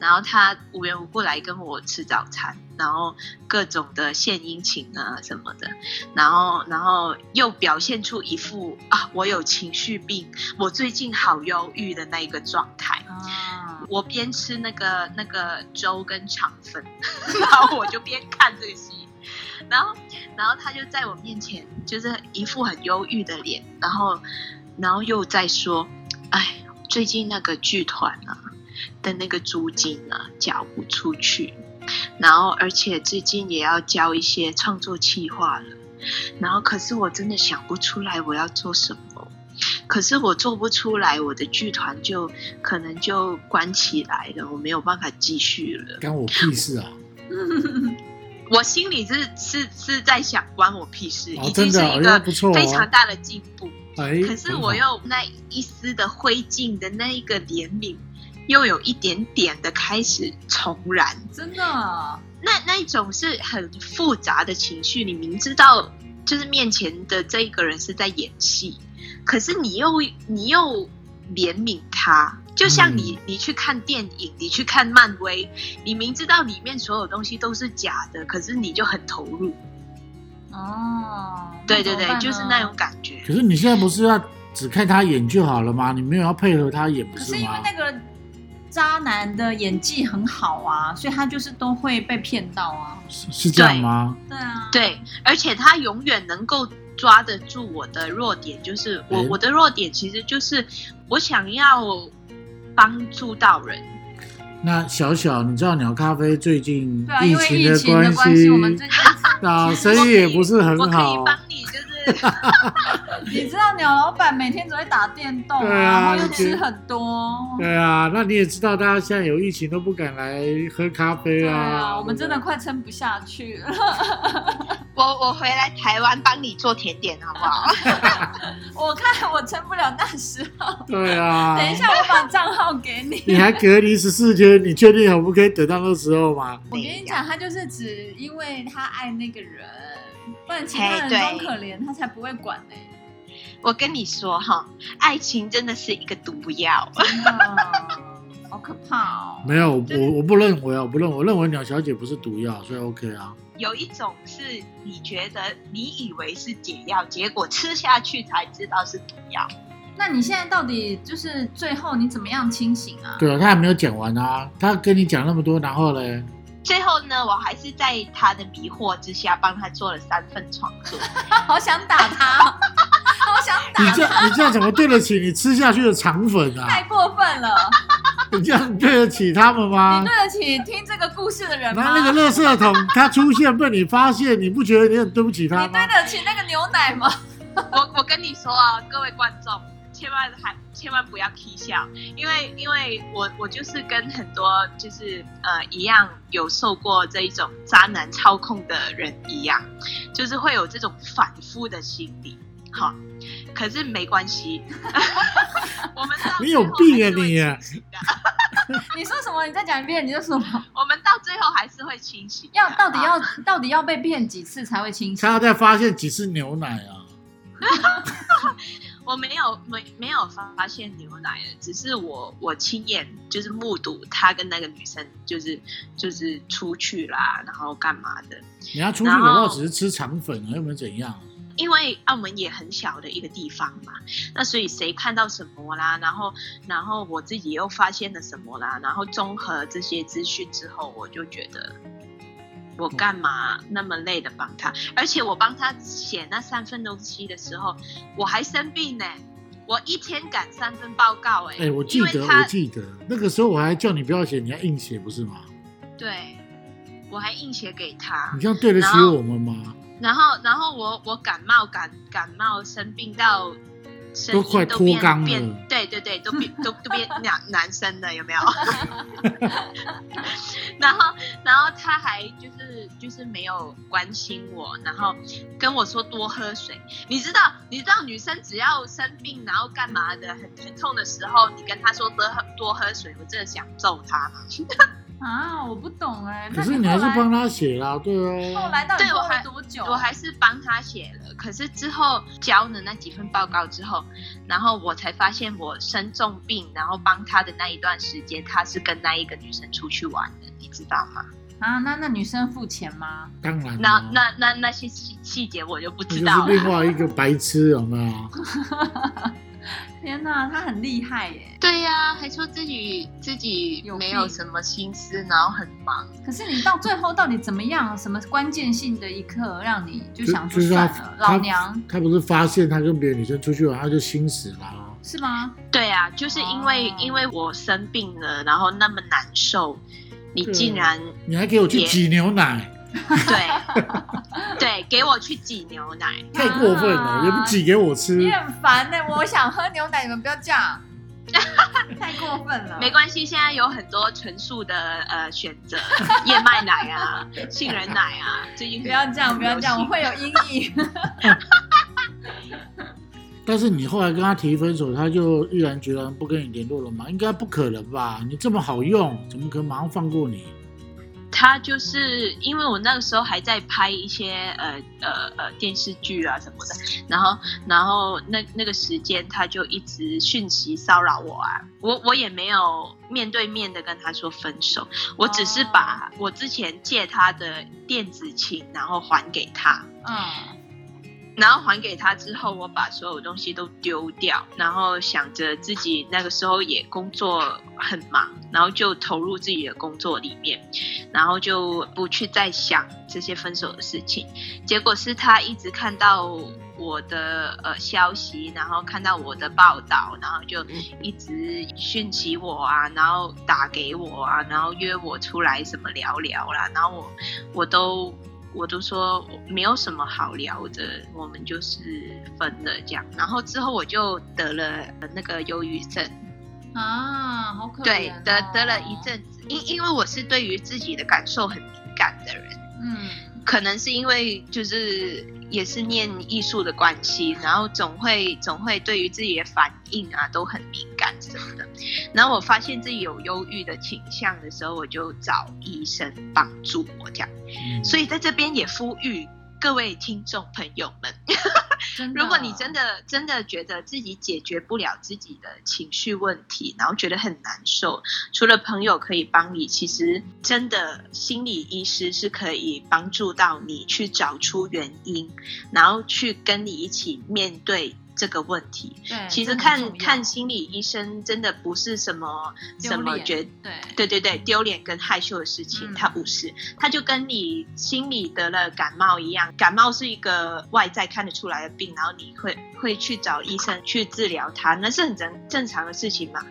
Speaker 4: 然后他无缘无故来跟我吃早餐，然后各种的献殷勤啊什么的，然后然后又表现出一副啊我有情绪病，我最近好忧郁的那一个状态。
Speaker 2: 啊，
Speaker 4: 我边吃那个那个粥跟肠粉， 然后我就边看这个戏，然后然后他就在我面前，就是一副很忧郁的脸，然后然后又在说，哎，最近那个剧团啊的那个租金啊缴不出去，然后而且最近也要交一些创作企划了，然后可是我真的想不出来我要做什么，可是我做不出来，我的剧团就可能就关起来了，我没有办法继续了。
Speaker 3: 干我屁事啊！
Speaker 4: 我心里是是是在想关我屁事，
Speaker 3: 哦
Speaker 4: 已经
Speaker 3: 真
Speaker 4: 是
Speaker 3: 的
Speaker 4: 一
Speaker 3: 哎
Speaker 4: 个
Speaker 3: 呀不错哦
Speaker 4: 非常大的进步。
Speaker 3: 哎，
Speaker 4: 可是我又那一丝的灰烬的那一个怜悯，又有一点点的开始重燃。
Speaker 2: 真的，哦
Speaker 4: 那那一种是很复杂的情绪，你明知道就是面前的这一个人是在演戏，可是你又你又怜悯他，就像你、
Speaker 3: 嗯
Speaker 4: 你去看电影，你去看漫威，你明知道里面所有东西都是假的，可是你就很投入。
Speaker 2: 哦，那
Speaker 4: 对对
Speaker 2: 怎么办
Speaker 4: 对，
Speaker 2: 呢
Speaker 4: 就是那种。感觉。
Speaker 3: 可是你现在不是要只看他演就好了吗？你没有要配合他演不
Speaker 2: 可是因为
Speaker 3: 吗？
Speaker 2: 那个渣男的演技很好啊，所以他就是都会被骗到啊。
Speaker 3: 是是这样吗？
Speaker 2: 对啊，，
Speaker 4: 对，而且他永远能够抓得住我的弱点，就是我、
Speaker 3: 嗯
Speaker 4: 我的弱点其实就是我想要帮助到人。
Speaker 3: 那小小，你知道鸟咖啡最近
Speaker 2: 对啊，因为疫情的
Speaker 3: 的
Speaker 2: 关系，我 们最近
Speaker 3: 啊生意也不是很
Speaker 4: 我可以
Speaker 3: 好，
Speaker 4: 帮你，就是
Speaker 2: 你知道鸟老板每天只会打电动、
Speaker 3: 对啊
Speaker 2: 然后又
Speaker 3: 就觉
Speaker 2: 吃
Speaker 3: 得
Speaker 2: 很多。
Speaker 3: 对啊，那你也知道，大家现在有疫情都不敢来喝咖啡
Speaker 2: 对
Speaker 3: 啊。
Speaker 2: 啊，我们
Speaker 3: 对
Speaker 2: 真
Speaker 3: 不对
Speaker 2: 的快撑不下去了。
Speaker 4: 我 我回来台湾帮你做甜点好不好？
Speaker 2: 我看我撑不了那时候。
Speaker 3: 对啊。
Speaker 2: 等一，下，我把账号给
Speaker 3: 你
Speaker 2: 你。
Speaker 3: 还隔离十四天，你确定可不可以等到那时候吗？
Speaker 2: 我跟你讲，他就是只因为他爱那个人，不然其他人
Speaker 4: 嘿
Speaker 2: 装
Speaker 4: 对
Speaker 2: 可怜，他才不会管呢、
Speaker 4: 我跟你说哈，爱情真的是一个毒药。
Speaker 2: 真的，好可怕哦！
Speaker 3: 没有，我我不认为啊，我不认为，我认为鸟小姐不是毒药，所以 OK 啊。
Speaker 4: 有一种是你觉得你以为是解药，结果吃下去才知道是毒药。
Speaker 2: 那你现在到底就是最后你怎么样清醒啊？
Speaker 3: 对啊，她还没有讲完啊，她跟你讲那么多，然后嘞，
Speaker 4: 最后呢，我还是在他的迷惑之下，帮他做了三份创作。
Speaker 2: 好想打他 哦，好想
Speaker 3: 你
Speaker 2: 打
Speaker 3: 这
Speaker 2: 他，
Speaker 3: 样你这样怎么对得起你吃下去的肠粉啊
Speaker 2: 太？过分了！
Speaker 3: 你这样对得起他们吗
Speaker 2: 你？对得起听这个故事的人
Speaker 3: 然
Speaker 2: 吗？
Speaker 3: 啊后那个垃圾桶它出现被你发现，你不觉得你很对不起他
Speaker 2: 你
Speaker 3: 吗
Speaker 2: 对？得起那个牛奶吗？
Speaker 4: 我我跟你说啊，各位观众，千万还千万不要踢笑，因为因为我我就是跟很多就是呃一样有受过这一种渣男操控的人一样，就是会有这种反复的心理。好，可是没关系， 我们到
Speaker 3: 你有
Speaker 4: 最后
Speaker 3: 病啊
Speaker 4: 还是会
Speaker 3: 你啊
Speaker 4: 清醒的！
Speaker 2: 你说什么？你再讲一遍，你就说什么？
Speaker 4: 我们到最后还是会清醒的。
Speaker 2: 要到底
Speaker 4: 好
Speaker 2: 要到底要被骗几次才会清
Speaker 3: 他
Speaker 2: 醒？
Speaker 3: 要再发现几次牛奶啊？
Speaker 4: 我没有没没有发现牛奶了，只是我我亲眼就是目睹他跟那个女生就是就是出去啦，然后干嘛的？
Speaker 3: 你要出去搞不好只是吃肠粉啊，又没有怎样。
Speaker 4: 因为澳门也很小的一个地方嘛，那所以谁看到什么啦，然后然后我自己又发现了什么啦，然后综合这些资讯之后，我就觉得我干嘛那么累的帮他？而且我帮他写那三份东西的时候，我还生病呢、我一天赶三份报告哎、
Speaker 3: 哎、我记
Speaker 4: 因
Speaker 3: 得，
Speaker 4: 为他
Speaker 3: 我记得那个时候我还叫你不要写，你要硬写，不是 吗？
Speaker 4: 对，我还硬写给他
Speaker 3: 你，这样对得起
Speaker 4: 然后
Speaker 3: 我们吗？
Speaker 4: 然后然后我我感冒感感冒生病到声音
Speaker 3: 都快
Speaker 4: 变
Speaker 3: 脱肛了
Speaker 4: 变对对对，都变都都变男男生了，有没有？然后然后他还就是就是没有关心我，然后跟我说多喝水。你知道你知道女生只要生病然后干嘛的很疼痛的时候，你跟她说多喝多喝水，我真的想揍她。
Speaker 2: 啊，我不懂哎。
Speaker 3: 可
Speaker 2: 那
Speaker 3: 是
Speaker 2: 你
Speaker 3: 你还是
Speaker 2: 后来
Speaker 3: 帮他写啦，对
Speaker 2: 后
Speaker 3: 啊。
Speaker 2: 来到底
Speaker 4: 对我
Speaker 2: 过了
Speaker 4: 还
Speaker 2: 多久？
Speaker 4: 我还是帮他写了，可是之后交了那几份报告之后，然后我才发现我生重病，然后帮他的那一段时间，他是跟那一个女生出去玩的，你知道吗？
Speaker 2: 啊，那那女生付钱吗？
Speaker 3: 当然
Speaker 4: 那
Speaker 3: 啦，
Speaker 4: 那那那些细细节我就不
Speaker 3: 这
Speaker 4: 知
Speaker 3: 嗯
Speaker 4: 道
Speaker 3: 就是另
Speaker 4: 了。
Speaker 3: 外一个白痴，有没有？
Speaker 2: 天哪，她很厉害耶！
Speaker 4: 对呀、还说自己自己
Speaker 2: 有
Speaker 4: 没有
Speaker 2: 病
Speaker 4: 什么心思，然后很忙。
Speaker 2: 可是你到最后到底怎么样？什么关键性的一刻让你就
Speaker 3: 就
Speaker 2: 想
Speaker 3: 就
Speaker 2: 说
Speaker 3: 是
Speaker 2: 算
Speaker 3: 他
Speaker 2: 了，老娘
Speaker 3: 他不是发现他跟别的女生出去玩，他就心死啊啦。
Speaker 2: 是吗？
Speaker 4: 对啊，就是因为、
Speaker 2: 哦
Speaker 4: 因为我生病了，然后那么难受，你
Speaker 3: 对
Speaker 4: 竟然
Speaker 3: 你还给我去
Speaker 4: 也
Speaker 3: 挤牛奶，
Speaker 4: 对 对，给我去挤牛奶。
Speaker 3: 太过分了，也不挤给我吃
Speaker 2: 你。很烦呢、我想喝牛奶，你们不要 这样，太过分了。
Speaker 4: 没关系，现在有很多纯素的呃选择，燕麦奶啊、杏仁奶啊，最近
Speaker 2: 不要这样，不要这样，我
Speaker 4: 很流行
Speaker 2: 会有阴影。
Speaker 3: 但是你后来跟他提分手，他就毅然决然不跟你联络了嘛？应该不可能吧？你这么好用，怎么可能马上放过你？
Speaker 4: 他就是因为我那个时候还在拍一些呃呃呃电视剧啊什么的，然后然后那那个时间他就一直讯息骚扰我啊，我我也没有面对面的跟他说分手，我只是把
Speaker 2: 哦
Speaker 4: 我之前借他的电子琴然后还给他，
Speaker 2: 嗯，
Speaker 4: 然后还给他之后，我把所有东西都丢掉，然后想着自己那个时候也工作很忙，然后就投入自己的工作里面，然后就不去再想这些分手的事情。结果是他一直看到我的呃消息，然后看到我的报道，然后就一直讯息我啊，然后打给我啊，然后约我出来什么聊聊啦，然后我我都我都说我没有什么好聊的，我们就是分了这样。然后之后我就得了呃那个忧郁症，
Speaker 2: 啊，好可怜、哦。
Speaker 4: 对，得得了一。阵子，因因为我是对于自己的感受很敏感的人。
Speaker 2: 嗯，
Speaker 4: 可能是因为就是也是念艺术的关系，然后总会总会对于自己的反应啊都很敏感什么的。然后我发现自己有忧郁的倾向的时候，我就找医生帮助我这样。
Speaker 3: 嗯
Speaker 4: 所以在这边也呼吁各位听众朋友们，
Speaker 2: 真的。
Speaker 4: 如果你真的真的觉得自己解决不了自己的情绪问题，然后觉得很难受，除了朋友可以帮你，其实真的心理医师是可以帮助到你去找出原因，然后去跟你一起面对这个问题。
Speaker 2: 对，
Speaker 4: 其实
Speaker 2: 真的很
Speaker 4: 看
Speaker 2: 重要
Speaker 4: 看心理医生真的不是什么
Speaker 2: 丢
Speaker 4: 什么
Speaker 2: 脸
Speaker 4: 觉
Speaker 2: 对
Speaker 4: 对对对，丢脸跟害羞的事情，
Speaker 2: 嗯
Speaker 4: 他不是，他就跟你心里得了感冒一样，感冒是一个外在看得出来的病，然后你会会去找医生去治疗它，那是很正正常的事情嘛。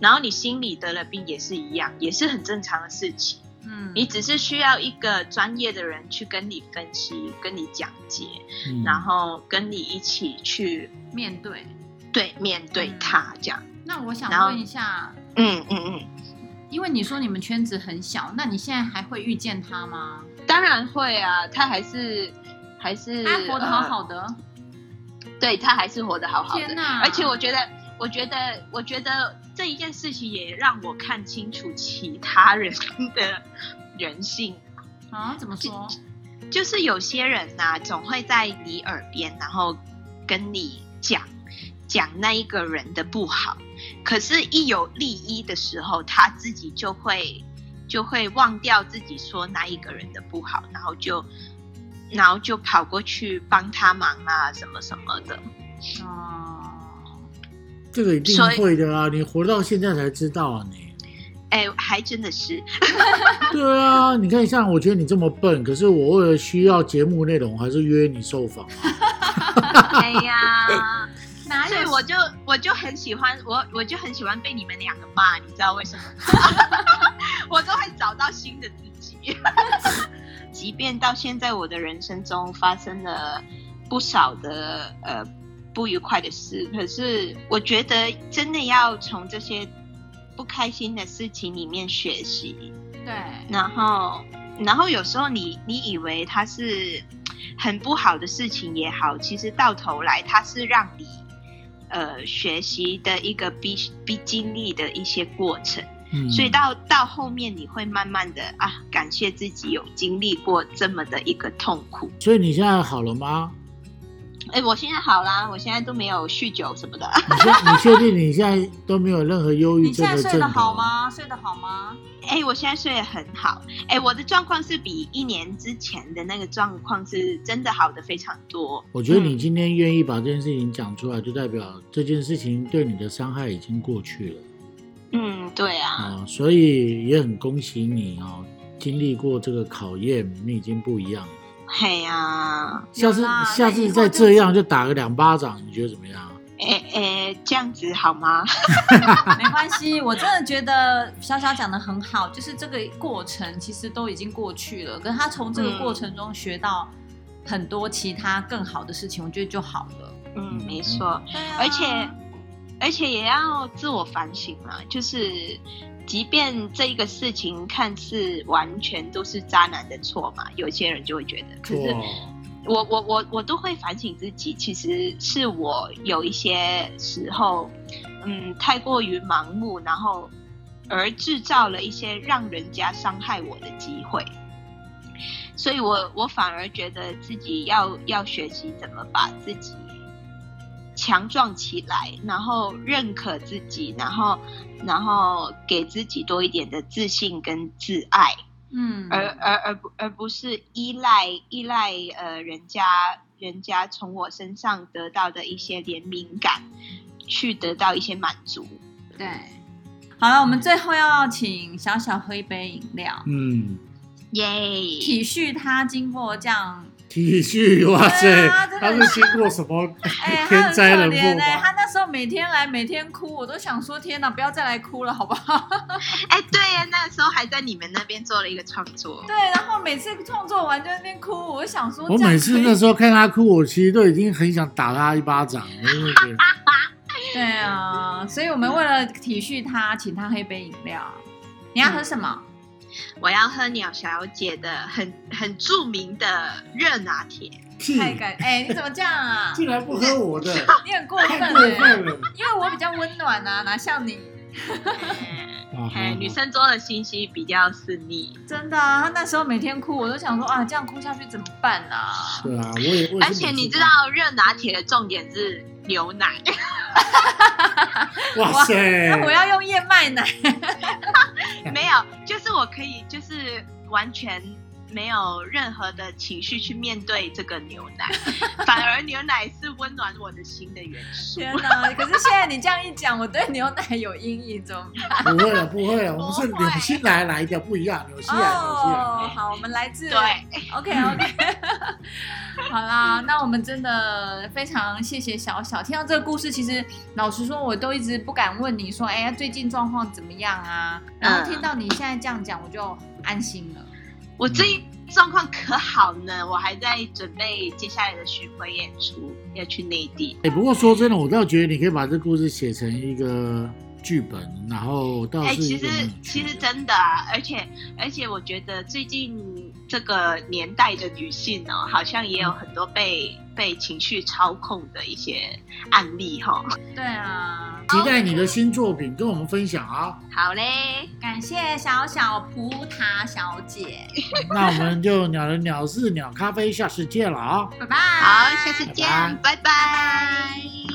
Speaker 4: 然后你心里得了病也是一样，也是很正常的事情，
Speaker 2: 嗯，
Speaker 4: 你只是需要一个专业的人去跟你分析、跟你讲解，
Speaker 3: 嗯
Speaker 4: 然后跟你一起去
Speaker 2: 面对。
Speaker 4: 对面对
Speaker 2: 嗯
Speaker 4: 它，这样。
Speaker 2: 那我想
Speaker 4: 然后
Speaker 2: 问一下，
Speaker 4: 嗯嗯嗯。
Speaker 2: 因为你说你们圈子很小，那你现在还会遇见他吗？
Speaker 4: 当然会啊，他还是还是
Speaker 2: 他活得好好的，
Speaker 4: 呃对他还是活得好好
Speaker 2: 天
Speaker 4: 的。
Speaker 2: 哪！
Speaker 4: 呃而且我觉得，我觉得，我觉得这一件事情也让我看清楚其他人的人性。
Speaker 2: 啊，怎么说？
Speaker 4: 就是有些人呐、总会在你耳边，然后跟你讲讲那一个人的不好，可是，一有利益的时候，他自己就会就会忘掉自己说那一个人的不好，然后就然后就跑过去帮他忙啊，什么什么的。
Speaker 2: 哦，
Speaker 3: 这个一定
Speaker 4: 所以
Speaker 3: 会的啊！你活到现在才知道啊，你。
Speaker 4: 哎，还真的是，
Speaker 3: 对啊，你看，像我觉得你这么笨，可是我为了需要节目内容，我还是约你受访啊。
Speaker 4: 哎呀，
Speaker 2: 哪
Speaker 4: 所以
Speaker 2: 有
Speaker 4: 我就我就很喜欢我我就很喜欢被你们两个骂，你知道为什 么？我都会找到新的自己。即便到现在，我的人生中发生了不少的呃不愉快的事，可是我觉得真的要从这些不开心的事情里面学习。
Speaker 2: 对
Speaker 4: 然后，然后有时候你你以为它是很不好的事情也好，其实到头来它是让你呃学习的一个必必经历的一些过程。
Speaker 3: 嗯，
Speaker 4: 所以到到后面你会慢慢的啊，感谢自己有经历过这么的一个痛苦。
Speaker 3: 所以你现在好了吗？
Speaker 4: 哎，我现在好啦，我现在都没有酗酒什么的。
Speaker 3: 你确你确定你现在都没有任何忧郁
Speaker 2: 你
Speaker 3: 症
Speaker 2: 现在
Speaker 3: 的
Speaker 2: 睡
Speaker 3: 症状？
Speaker 2: 得好？吗？睡得好吗？
Speaker 4: 哎，我现在睡得很好。哎，我的状况是比一年之前的那个状况是真的好的非常多。
Speaker 3: 我觉得
Speaker 4: 嗯
Speaker 3: 你今天愿意把这件事情讲出来，就代表这件事情对你的伤害已经过去了
Speaker 4: 嗯，对啊，
Speaker 3: 啊、所以也很恭喜你哦，经历过这个考验，你已经不一样了。
Speaker 4: 嘿呀、
Speaker 3: 下次
Speaker 2: 有啦
Speaker 3: 下
Speaker 2: 那
Speaker 3: 次
Speaker 2: 以后
Speaker 3: 再
Speaker 2: 就
Speaker 3: 这样就打个两巴掌，你觉得怎么样？
Speaker 4: 哎、哎哎，这样子好吗？
Speaker 2: 没关系，我真的觉得小小讲的很好，就是这个过程其实都已经过去了，可是他从这个过程中学到很多其他更好的事情，我觉得就好了。
Speaker 4: 嗯，没错。而且而且也要自我反省啊，就是即便这一个事情看似完全都是渣男的错嘛，有些人就会觉得，可是我我我我都会反省自己，其实是我有一些时候，嗯，太过于盲目，然后而制造了一些让人家伤害我的机会。所以我我反而觉得自己要要学习怎么把自己强壮起来，然后认可自己，然后然后给自己多一点的自信跟自爱，
Speaker 2: 嗯，
Speaker 4: 而而而不而不是依赖依赖呃人家人家从我身上得到的一些怜悯感，去得到一些满足。
Speaker 2: 对。好了，我们最后要请小小喝一杯饮料，
Speaker 3: 嗯，
Speaker 4: 耶、
Speaker 2: 体恤他经过这样，
Speaker 3: 体恤，哇塞，
Speaker 2: 对啊真的
Speaker 3: 他是经过什么
Speaker 2: 哎、他
Speaker 3: 天
Speaker 2: 很
Speaker 3: 灾
Speaker 2: 可
Speaker 3: 人
Speaker 2: 怜
Speaker 3: 祸
Speaker 2: 哎、
Speaker 3: 吗？
Speaker 2: 他那时候每天来，每天哭，我都想说天哪，不要再来哭了，好不好？
Speaker 4: 哎，对呀，那时候还在你们那边做了一个创作。
Speaker 2: 对，然后每次创作完就在那边哭，我就想说，
Speaker 3: 我每次那时
Speaker 2: 候，
Speaker 3: 候看他哭，我其实都已经很想打他一巴掌，我真的觉得
Speaker 2: 对啊，所以我们为了体恤他，请他喝一杯饮料。你要喝什么？
Speaker 4: 我要喝鸟小姐的很很著名的热拿铁。
Speaker 3: 屁，
Speaker 2: 太感哎、你怎么这 样啊？
Speaker 3: 竟然不喝我的，
Speaker 2: 你很过分
Speaker 3: 太过
Speaker 2: 哎、
Speaker 3: 分了。
Speaker 2: 因为我比较温暖啊，哪像你？
Speaker 3: 啊
Speaker 4: 哎，女生做的信息比较私密，
Speaker 2: 真的啊，他那时候每天哭，我都想说啊，这样哭下去怎么办啊？
Speaker 3: 对啊，我也，我也是啊
Speaker 4: 而且你知道热拿铁的重点是牛奶，
Speaker 3: 每次 看，哇塞，
Speaker 2: 那我要用燕麦奶。
Speaker 4: 没有，就是我可以就是完全没有任何的情绪去面对这个牛 奶，反而牛奶是温暖我的心的元素。
Speaker 2: 天哪！ 可是现在你这样一讲，我对牛奶有阴影，怎么办？
Speaker 3: 不会了，不会了，我们是
Speaker 4: 啊不会
Speaker 3: 纽西兰来的，不一样，纽西兰，纽西兰。
Speaker 2: 哦，好，我们来自
Speaker 4: 对，
Speaker 2: OK OK，好啦，那我们真的非常谢谢小小。听到这个故事，其实老实说，我都一直不敢问你说，哎、最近状况怎么样啊？然后听到你现在这样讲，我就安心了。
Speaker 4: 我最状况可好呢，我还在准备接下来的巡回演出，要去内地。
Speaker 3: 哎、不过说真的，我倒觉得你可以把这故事写成一个剧本，然后倒
Speaker 4: 哎、
Speaker 3: 哦是
Speaker 4: 其
Speaker 3: 一
Speaker 4: 实
Speaker 3: 个很有趣的、
Speaker 4: 其实真的、啊，而且而且，我觉得最近这个年代的女性哦，好像也有很多被被情绪操控的一些案例哈、哦。
Speaker 2: 对啊，
Speaker 3: 期待你的新作品跟我们分享 啊！
Speaker 4: 好嘞，
Speaker 2: 感谢小小葡萄小姐，
Speaker 3: 那我们就鸟人鸟事鸟咖啡，下次见了啊！
Speaker 2: 拜拜。
Speaker 4: 好，下次见，
Speaker 3: 拜
Speaker 4: 拜拜